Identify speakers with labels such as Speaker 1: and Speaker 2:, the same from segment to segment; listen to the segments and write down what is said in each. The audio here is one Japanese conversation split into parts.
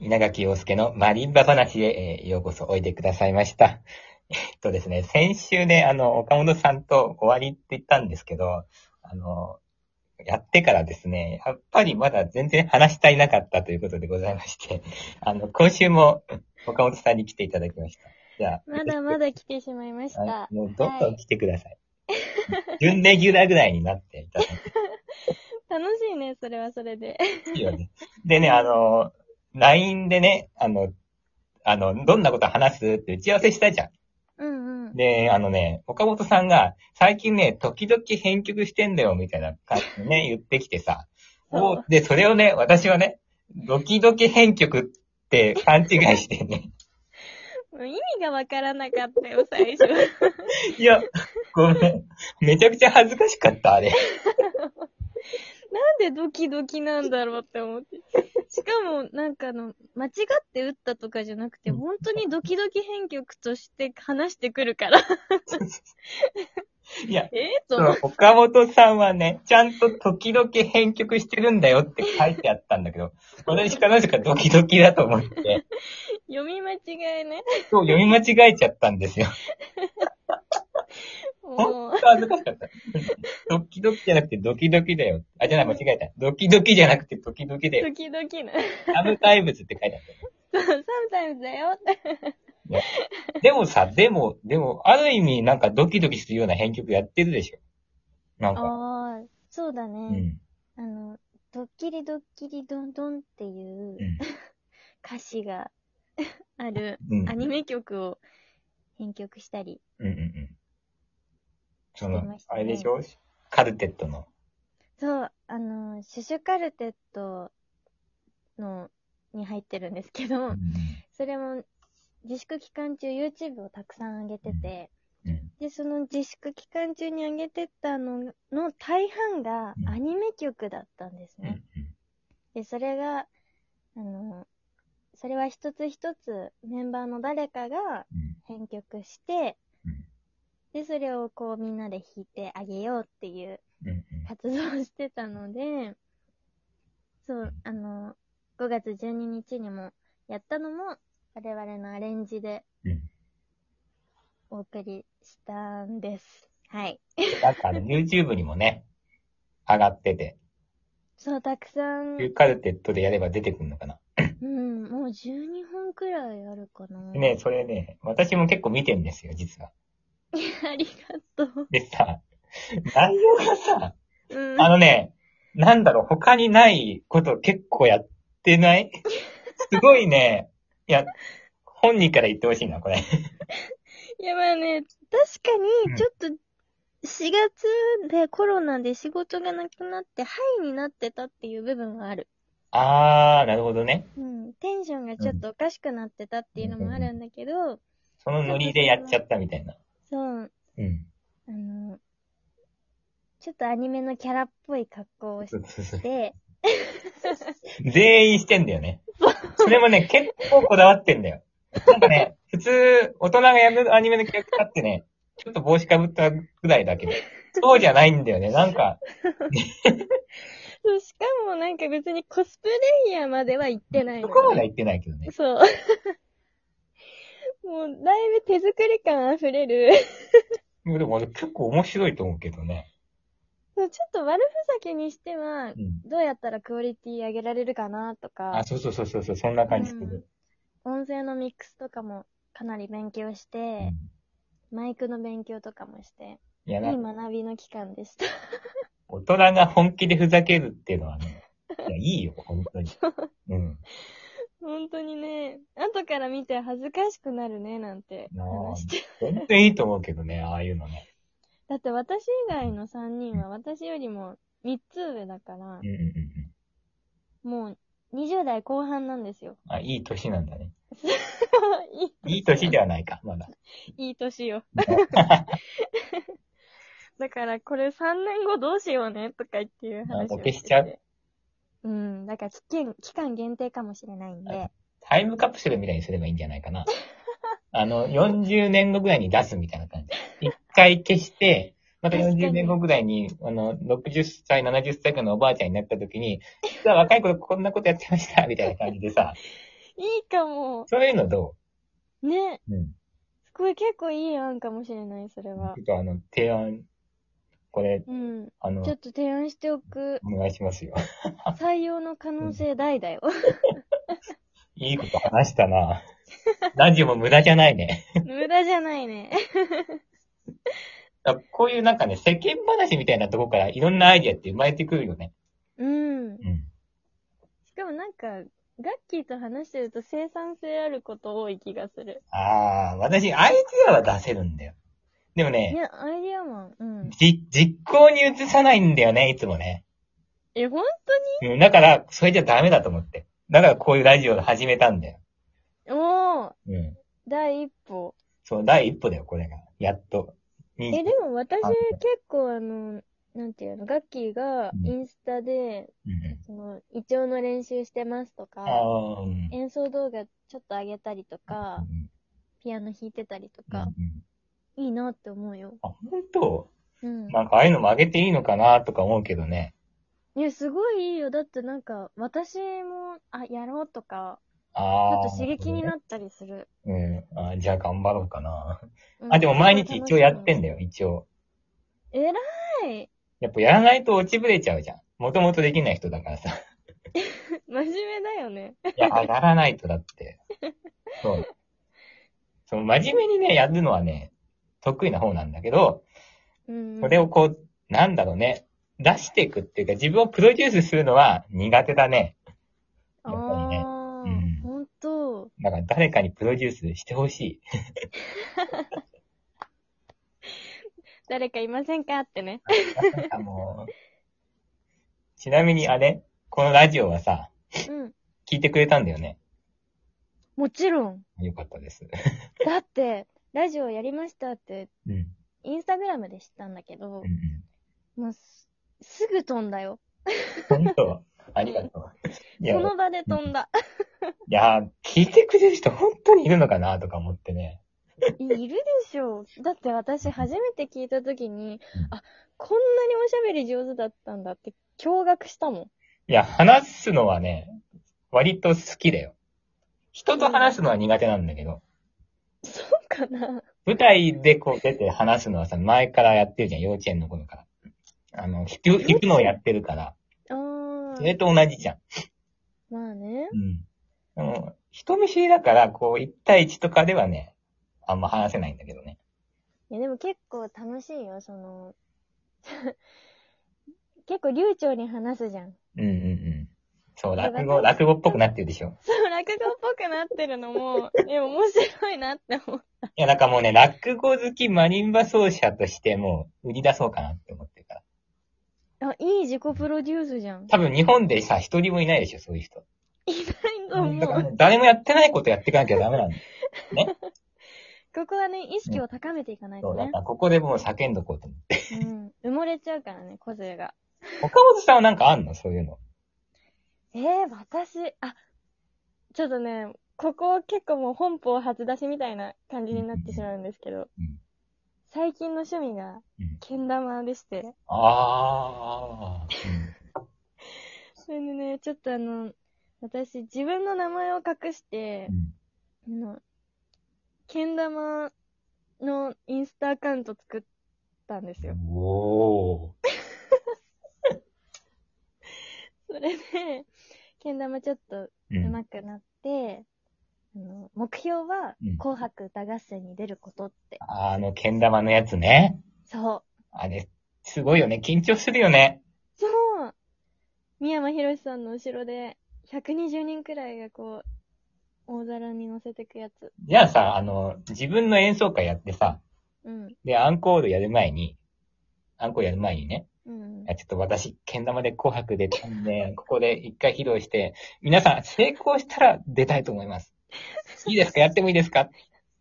Speaker 1: 稲垣陽介のマリンバ話へ、えーようこそおいでくださいました。えっとですね、先週ね、あの、岡本さんと終わりって言ったんですけど、あの、やってからですね、やっぱりまだ全然話したいなかったということでございまして、あの、今週も岡本さんに来ていただきました。じゃあ、
Speaker 2: まだまだ来てしまいまし
Speaker 1: は
Speaker 2: た
Speaker 1: い、。もうどんどん来てください。準レギュラーぐらいになっていただいて
Speaker 2: 楽しいね、それはそれで。
Speaker 1: いいよね。でね、あの、LINE でね、あの、あの、どんなこと話すって打ち合わせしたじゃ
Speaker 2: うんうん
Speaker 1: ん。。で、あのね、岡本さんが、最近ね、時々編曲してんだよ、みたいな感じでね、言ってきてさ。おで、それをね、私はね、ドキドキ編曲って勘違いしてね。
Speaker 2: もう意味がわからなかったよ、最初。
Speaker 1: いや、ごめん。めちゃくちゃ恥ずかしかった、あれ。
Speaker 2: なんでドキドキなんだろうって思って。しかも、なんかあの、間違って打ったとかじゃなくて、
Speaker 1: うん
Speaker 2: 本当にドキドキ編曲として話してくるから。
Speaker 1: いや、
Speaker 2: ええ
Speaker 1: そ
Speaker 2: と。
Speaker 1: う、岡本さんはね、ちゃんと時々編曲してるんだよって書いてあったんだけ ど、私かなぜかドキドキだと思って、
Speaker 2: 読み間違いね。
Speaker 1: そう読み間違えちゃったんですよ。
Speaker 2: も
Speaker 1: 本
Speaker 2: う、
Speaker 1: 当恥ずかしかった。ドキドキじゃなくてドキドキだよ。あ、じゃない、間違えた。ドキドキじゃなくてドキドキだよ。
Speaker 2: ドキドキな。
Speaker 1: サムタイムズって書いてあった。
Speaker 2: そう、サムタイムズだよって。
Speaker 1: でもさ、でも、でも、ある意味なんかドキドキするような編曲やってるでしょ。なんか、
Speaker 2: ああ、そうだね。
Speaker 1: うん。
Speaker 2: あの、ドッキリドッキリドンドンっていう
Speaker 1: うん
Speaker 2: 歌詞が ある
Speaker 1: うん。
Speaker 2: アニメ曲を編曲したり。
Speaker 1: うんうんうん。そ
Speaker 2: して
Speaker 1: の
Speaker 2: まし、た
Speaker 1: あ
Speaker 2: ね
Speaker 1: れでしょカルテットの。
Speaker 2: そう、あの、シュシュカルテットの、に入ってるんですけど、それも自粛期間中 YouTube をたくさん上げてて、
Speaker 1: うん。
Speaker 2: で、その自粛期間中に上げてたのの大半が
Speaker 1: うん
Speaker 2: アニメ曲だったんです
Speaker 1: うん。う
Speaker 2: ね。
Speaker 1: ん。
Speaker 2: で、それが、あの、それは一つ一つメンバーの誰かが
Speaker 1: うん。
Speaker 2: 編曲して、
Speaker 1: うん
Speaker 2: で、それをこうみんなで弾いてあげようっていう
Speaker 1: うんうん
Speaker 2: 活動をしてたので、そう、あの、5月12日にもやったのも我々のアレンジで
Speaker 1: うん
Speaker 2: お送りしたんです。はい。
Speaker 1: なんかあの、YouTube にもね、上がってて、
Speaker 2: そう、たくさん、
Speaker 1: カルテットでやれば出てくるのかな。
Speaker 2: うん、もう12本くらいあるかな。
Speaker 1: でね、それね、私も結構見てんですよ、実は。
Speaker 2: ありがとう。
Speaker 1: でさ、内容がさ、
Speaker 2: うん。
Speaker 1: あのね、なんだろう、他にないこと結構やってないすごいね、いや、本人から言ってほしいな、これ。
Speaker 2: いや、まあね、確か
Speaker 1: うん
Speaker 2: に、ちょっと、4月でコロナで仕事がなくなって、ハイになってたっていう部分はある。
Speaker 1: あー、なるほどね。
Speaker 2: うん。テンションがちょっとおかしくなってたっていうのもあるんだけど、
Speaker 1: そのノリでやっちゃったみたいな。
Speaker 2: そう、
Speaker 1: うん。
Speaker 2: あの、ちょっとアニメのキャラっぽい格好をし
Speaker 1: そうそうそう
Speaker 2: て、
Speaker 1: 全員してんだよね。それもね、結構こだわってんだよ。なんかね、普通、大人がやるアニメのキャラクターってね、ちょっと帽子かぶったぐらいだけど、そうじゃないんだよね。なんか、
Speaker 2: そうしかもなんか別にコスプレイヤーまでは行ってない
Speaker 1: そ
Speaker 2: の。
Speaker 1: こまでは言ってないけどね。
Speaker 2: そう。 もう、だいぶ手作り感あふれる。
Speaker 1: でも俺結構面白いと思うけどね。
Speaker 2: そうちょっと悪ふざけにしては
Speaker 1: う、ん。
Speaker 2: どうやったらクオリティ上げられるかなとか
Speaker 1: あ、、そうそうそうそうそう、そんな感じする。
Speaker 2: 音声のミックスとかもかなり勉強し
Speaker 1: う
Speaker 2: て
Speaker 1: ん、
Speaker 2: マイクの勉強とかもして、
Speaker 1: いや
Speaker 2: いい
Speaker 1: な、
Speaker 2: 学びの期間でした。
Speaker 1: 大人が本気でふざけるっていうのはね、いや、いいよ、本当に。うん。
Speaker 2: 本当にね、後から見て恥ずかしくなるね、なんて
Speaker 1: なあ
Speaker 2: 話して。
Speaker 1: 本当にいいと思うけどね、ああいうのね。
Speaker 2: だって私以外の3人は私よりも3つ上だから
Speaker 1: うん、うんうんうん。
Speaker 2: もう20代後半なんですよ。
Speaker 1: あ、いい年なんだね。
Speaker 2: い
Speaker 1: いい年ではないか、まだ。
Speaker 2: い、いい年よ。 だからこれ3年後どうしようねとかっていう話を
Speaker 1: あ
Speaker 2: して
Speaker 1: もう
Speaker 2: て
Speaker 1: 消しちゃう
Speaker 2: うん、だから期間期間限定かもしれないんで、
Speaker 1: はタイムカプセルみたいにすればいいんじゃないかな。 あの、40年後ぐらいに出すみたいな感じ。一回消して、また40年後ぐらいに、あの、60歳、70歳ぐらいのおばあちゃんになった時に、実は若い頃こんなことやってました、みたいな感じでさ、
Speaker 2: いいかも。
Speaker 1: そういうのど
Speaker 2: ね。
Speaker 1: ううん。
Speaker 2: すごい結構いい案かもしれない、それ
Speaker 1: ち
Speaker 2: は
Speaker 1: ょ。っとあの、提案、これ、
Speaker 2: うん。
Speaker 1: あの
Speaker 2: ちょ、っと提案しておく。
Speaker 1: お願いしますよ。
Speaker 2: 採用の可能性大だよ。
Speaker 1: いいこと話したな。ラジオも無駄じゃないね。
Speaker 2: 無駄じゃないね。
Speaker 1: だからこういうなんかね、世間話みたいなとこからいろんなアイディアって生まれてくるよね。
Speaker 2: うん。
Speaker 1: うん。
Speaker 2: しかもなんか、ガッキーと話してると生産性あること多い気がする。
Speaker 1: ああ、私、アイディアは出せるんだよ。でもね、
Speaker 2: ね、アイディアマン。うん。
Speaker 1: じ、実行に移さないんだよね、いつもね。
Speaker 2: え、ほん
Speaker 1: うん、だから、それじゃダメだと思って。だからこういうラジオを始めたんだよ。
Speaker 2: おー
Speaker 1: うん。
Speaker 2: 第一歩。
Speaker 1: その第一歩だよ、これが。やっと。に
Speaker 2: え、でも私
Speaker 1: あ
Speaker 2: 結構あの、なんていうの、ガッキーが
Speaker 1: うん
Speaker 2: インスタで、
Speaker 1: うん。
Speaker 2: その、イチョウの練習してますとか
Speaker 1: あ、あ、うん。
Speaker 2: 演奏動画ちょっと上げたりとか
Speaker 1: う、ん
Speaker 2: ピアノ弾いてたりと
Speaker 1: うん
Speaker 2: か、
Speaker 1: うん
Speaker 2: いいなって思うよ。
Speaker 1: あ、本当
Speaker 2: うん。
Speaker 1: なんかああいうのも上げていいのかなとか思うけどね。
Speaker 2: いや、すごいいいよ。だってなんか、私も、あ、やろうとか、ち
Speaker 1: あ
Speaker 2: ょ
Speaker 1: あ。
Speaker 2: っと刺激になったりする。
Speaker 1: うん。あーじゃあ頑張ろうかな。
Speaker 2: うん
Speaker 1: あ、でも毎日一応やってんだ
Speaker 2: だ。
Speaker 1: よ、一応。
Speaker 2: えらい
Speaker 1: やっぱやらないと落ちぶれちゃうじゃん。もともとできない人だからさ。
Speaker 2: 真面目だよね。
Speaker 1: いや、あやらないとだって。そう。その真面目にね、やるのはね、得意な方なんだけど、
Speaker 2: う ん。
Speaker 1: それをこう、なんだろうね、出していくっていうか、自分をプロデュースするのは苦手だね。
Speaker 2: あ
Speaker 1: やっぱりね
Speaker 2: あ
Speaker 1: う
Speaker 2: ー、
Speaker 1: ん
Speaker 2: ほんと。
Speaker 1: だから誰かにプロデュースしてほしい。
Speaker 2: 誰かいませんかってね。
Speaker 1: あの ちなみにあれ、このラジオはさ、
Speaker 2: うん。
Speaker 1: 聞いてくれたんだよね。
Speaker 2: もちろん。
Speaker 1: よかったです。
Speaker 2: だって、ラジオやりましたって、
Speaker 1: うん。うん
Speaker 2: インスタグラムで知ったんだけど
Speaker 1: う、ん。
Speaker 2: もうす、すぐ飛んだよ。
Speaker 1: 本当ありがとう。いや、
Speaker 2: こ
Speaker 1: い
Speaker 2: の場で飛んだ。
Speaker 1: や、聞いてくれる人本当にいるのかなとか思ってね。
Speaker 2: いいるでしょう。だって私初めて聞いた時に
Speaker 1: うん、
Speaker 2: あ、こんなにおしゃべり上手だったんだって驚愕したもん。
Speaker 1: いや、話すのはね、割と好きだよ。人と話すのは苦手なんだけど、
Speaker 2: そうかな
Speaker 1: 舞台でこう出て話すのはさ、前からやってるじゃん、幼稚園の頃から。あの、聞く、聞くのをやってるから、
Speaker 2: あ
Speaker 1: それ
Speaker 2: ー。
Speaker 1: と同じじゃん。
Speaker 2: まあね。
Speaker 1: うん。でも、人見知りだから、こう、1対1とかではね、あんま話せないんだけどね。
Speaker 2: いやでも結構楽しいよ、その、 結構流暢に話すじゃん。
Speaker 1: うんうんうん。そう、
Speaker 2: いや
Speaker 1: 落語、落語っぽくなってるでしょ。
Speaker 2: そう、落語っぽくなってるの も、でも面白いなって思う。
Speaker 1: いや、なんかもうね、落語好きマリンバ奏者としてもう売り出そうかなって思ってるから。
Speaker 2: あ、いい自己プロデュースじゃん。い
Speaker 1: 多分日本でさ、一人もいないでしょ、そういう人。
Speaker 2: ないと
Speaker 1: だから
Speaker 2: 思う。
Speaker 1: ね誰もやってないことやっていかなきゃダメ なんだよ。
Speaker 2: ここはね、意識を高めていかない
Speaker 1: そ
Speaker 2: と
Speaker 1: う、だ
Speaker 2: ね
Speaker 1: か。らここでもう叫んどこうと思って。
Speaker 2: うん。埋もれちゃうからね、個性が。
Speaker 1: 岡本さんはなんかあんのそういうの。
Speaker 2: えー、私、あ、ちょっとね、ここ結構もう本邦初出しみたいな感じになってしまうんですけど、
Speaker 1: うん
Speaker 2: 最近の趣味が
Speaker 1: うん、
Speaker 2: けん玉でして、
Speaker 1: ああ。
Speaker 2: それでね、ちょっとあの、私、自分の名前を隠して
Speaker 1: う、ん。
Speaker 2: あの、けん玉のインスタアカウント作ったんですよ。
Speaker 1: うん、おー。
Speaker 2: それで、けん玉ちょっと
Speaker 1: う
Speaker 2: 上
Speaker 1: ん。
Speaker 2: 手くなって、あの目標は
Speaker 1: うん、
Speaker 2: 紅白歌合戦に出ることって。
Speaker 1: あの、けん玉のやつね。
Speaker 2: そう。
Speaker 1: あれ、すごいよね。緊張するよね。
Speaker 2: そう三山ひろしさんの後ろで、120人くらいがこう、大皿に乗せてくやつ。
Speaker 1: じゃあさ、あの、自分の演奏会やってさ、
Speaker 2: うん。
Speaker 1: で、アンコールやる前に、アンコールやる前にね、
Speaker 2: うん
Speaker 1: い。やちょっと私、けん玉で紅白出たんで、 ここで一回披露して、皆さん成功したら出たいと思います。いいですかやってもいいですかって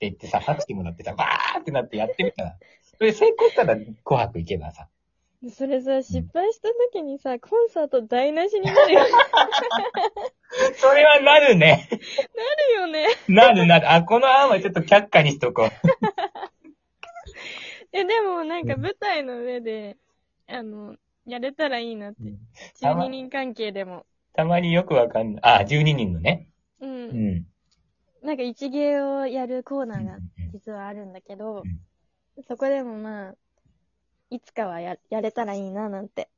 Speaker 1: 言ってさ、拍手もらってさ、バーってなってやってみたら、それ成功したら紅白行けばさ、
Speaker 2: でそれさ、失敗した時にさ、コンサート台無しになるよな
Speaker 1: それはなるね。
Speaker 2: るよね。
Speaker 1: なるなる。あ、この案はちょっと却下にしとこう。
Speaker 2: え、でもなんか舞台の上で、あの、やれたらいいな。12人関係でも。
Speaker 1: たまによくわかんない。あ、12人のね。
Speaker 2: う。
Speaker 1: うんん。
Speaker 2: なんか一芸をやるコーナー
Speaker 1: う
Speaker 2: が
Speaker 1: ん
Speaker 2: 実はあるんだけど
Speaker 1: うん、
Speaker 2: そこでもまあ、いつかはややれたらいいななんて。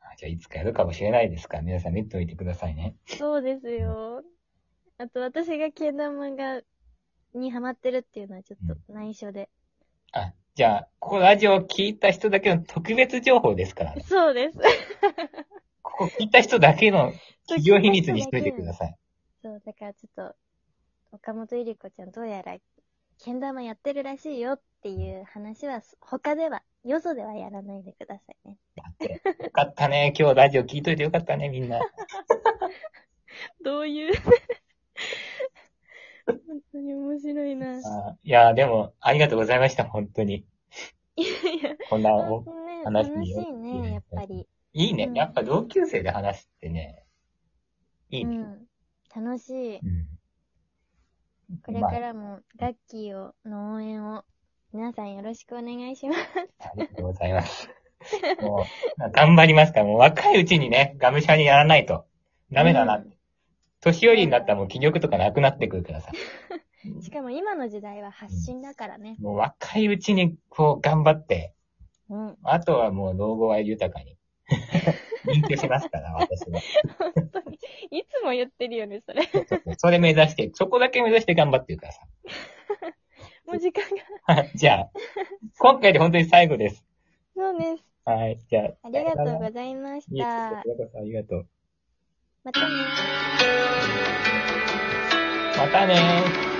Speaker 1: あじゃあ、いつかやるかもしれないですから、皆さん見ておいてくださいね。
Speaker 2: そうですよ。あと私がけん玉が、にハマってるっていうのはちょっと内緒で。
Speaker 1: あ、じゃあ、ここラジオを聞いた人だけの特別情報ですからね。
Speaker 2: そうです。
Speaker 1: ここ聞いた人だけの企業秘密にしといてくだ
Speaker 2: さい。
Speaker 1: さい。
Speaker 2: そう、だからちょっと、岡本ゆり子ちゃんどうやら、けん玉やってるらしいよっていう話は、他では、よそではやらないでくださいね。
Speaker 1: よかった ね。今日ラジオ聞いといてよかったね、みんな。
Speaker 2: どういう本当に面白いな。い
Speaker 1: あいやー、でも、ありがとうございました、本当に。
Speaker 2: や、
Speaker 1: こんな、
Speaker 2: 本
Speaker 1: お
Speaker 2: 当ね、
Speaker 1: 話
Speaker 2: 楽し
Speaker 1: によ
Speaker 2: いね、やっぱり。
Speaker 1: いいね
Speaker 2: う。ん
Speaker 1: やっぱ同級生で話すってね、いいうね。
Speaker 2: ん。楽しい。
Speaker 1: うん
Speaker 2: これ
Speaker 1: まあ
Speaker 2: からも、ガッキーを、の応援を、皆さんよろしくお願いします。
Speaker 1: ありがとうございます。 もう、頑張りますから、もう若いうちにね、がむしゃらにやらないと、ダメだな。
Speaker 2: うん
Speaker 1: 年寄りになったらもう気力とかなくなってくるからさ。
Speaker 2: しかも今の時代は発信だからね。
Speaker 1: もう若いうちにこう頑張って、
Speaker 2: うん。
Speaker 1: あとはもう老後は豊かに。勉強しますから、私は。
Speaker 2: 本当に。いつも言ってるよね、それ。
Speaker 1: そうそうそうそれ目指して、そこだけ目指して頑張ってるからさ。
Speaker 2: もう時間が。
Speaker 1: はい じゃあ、今回で本当に最後です。
Speaker 2: そうです。
Speaker 1: はい、じゃあ。
Speaker 2: ありがとうご
Speaker 1: い
Speaker 2: ざいまし
Speaker 1: えこ
Speaker 2: た
Speaker 1: ち。らこそありがとう。
Speaker 2: またね。
Speaker 1: またねー。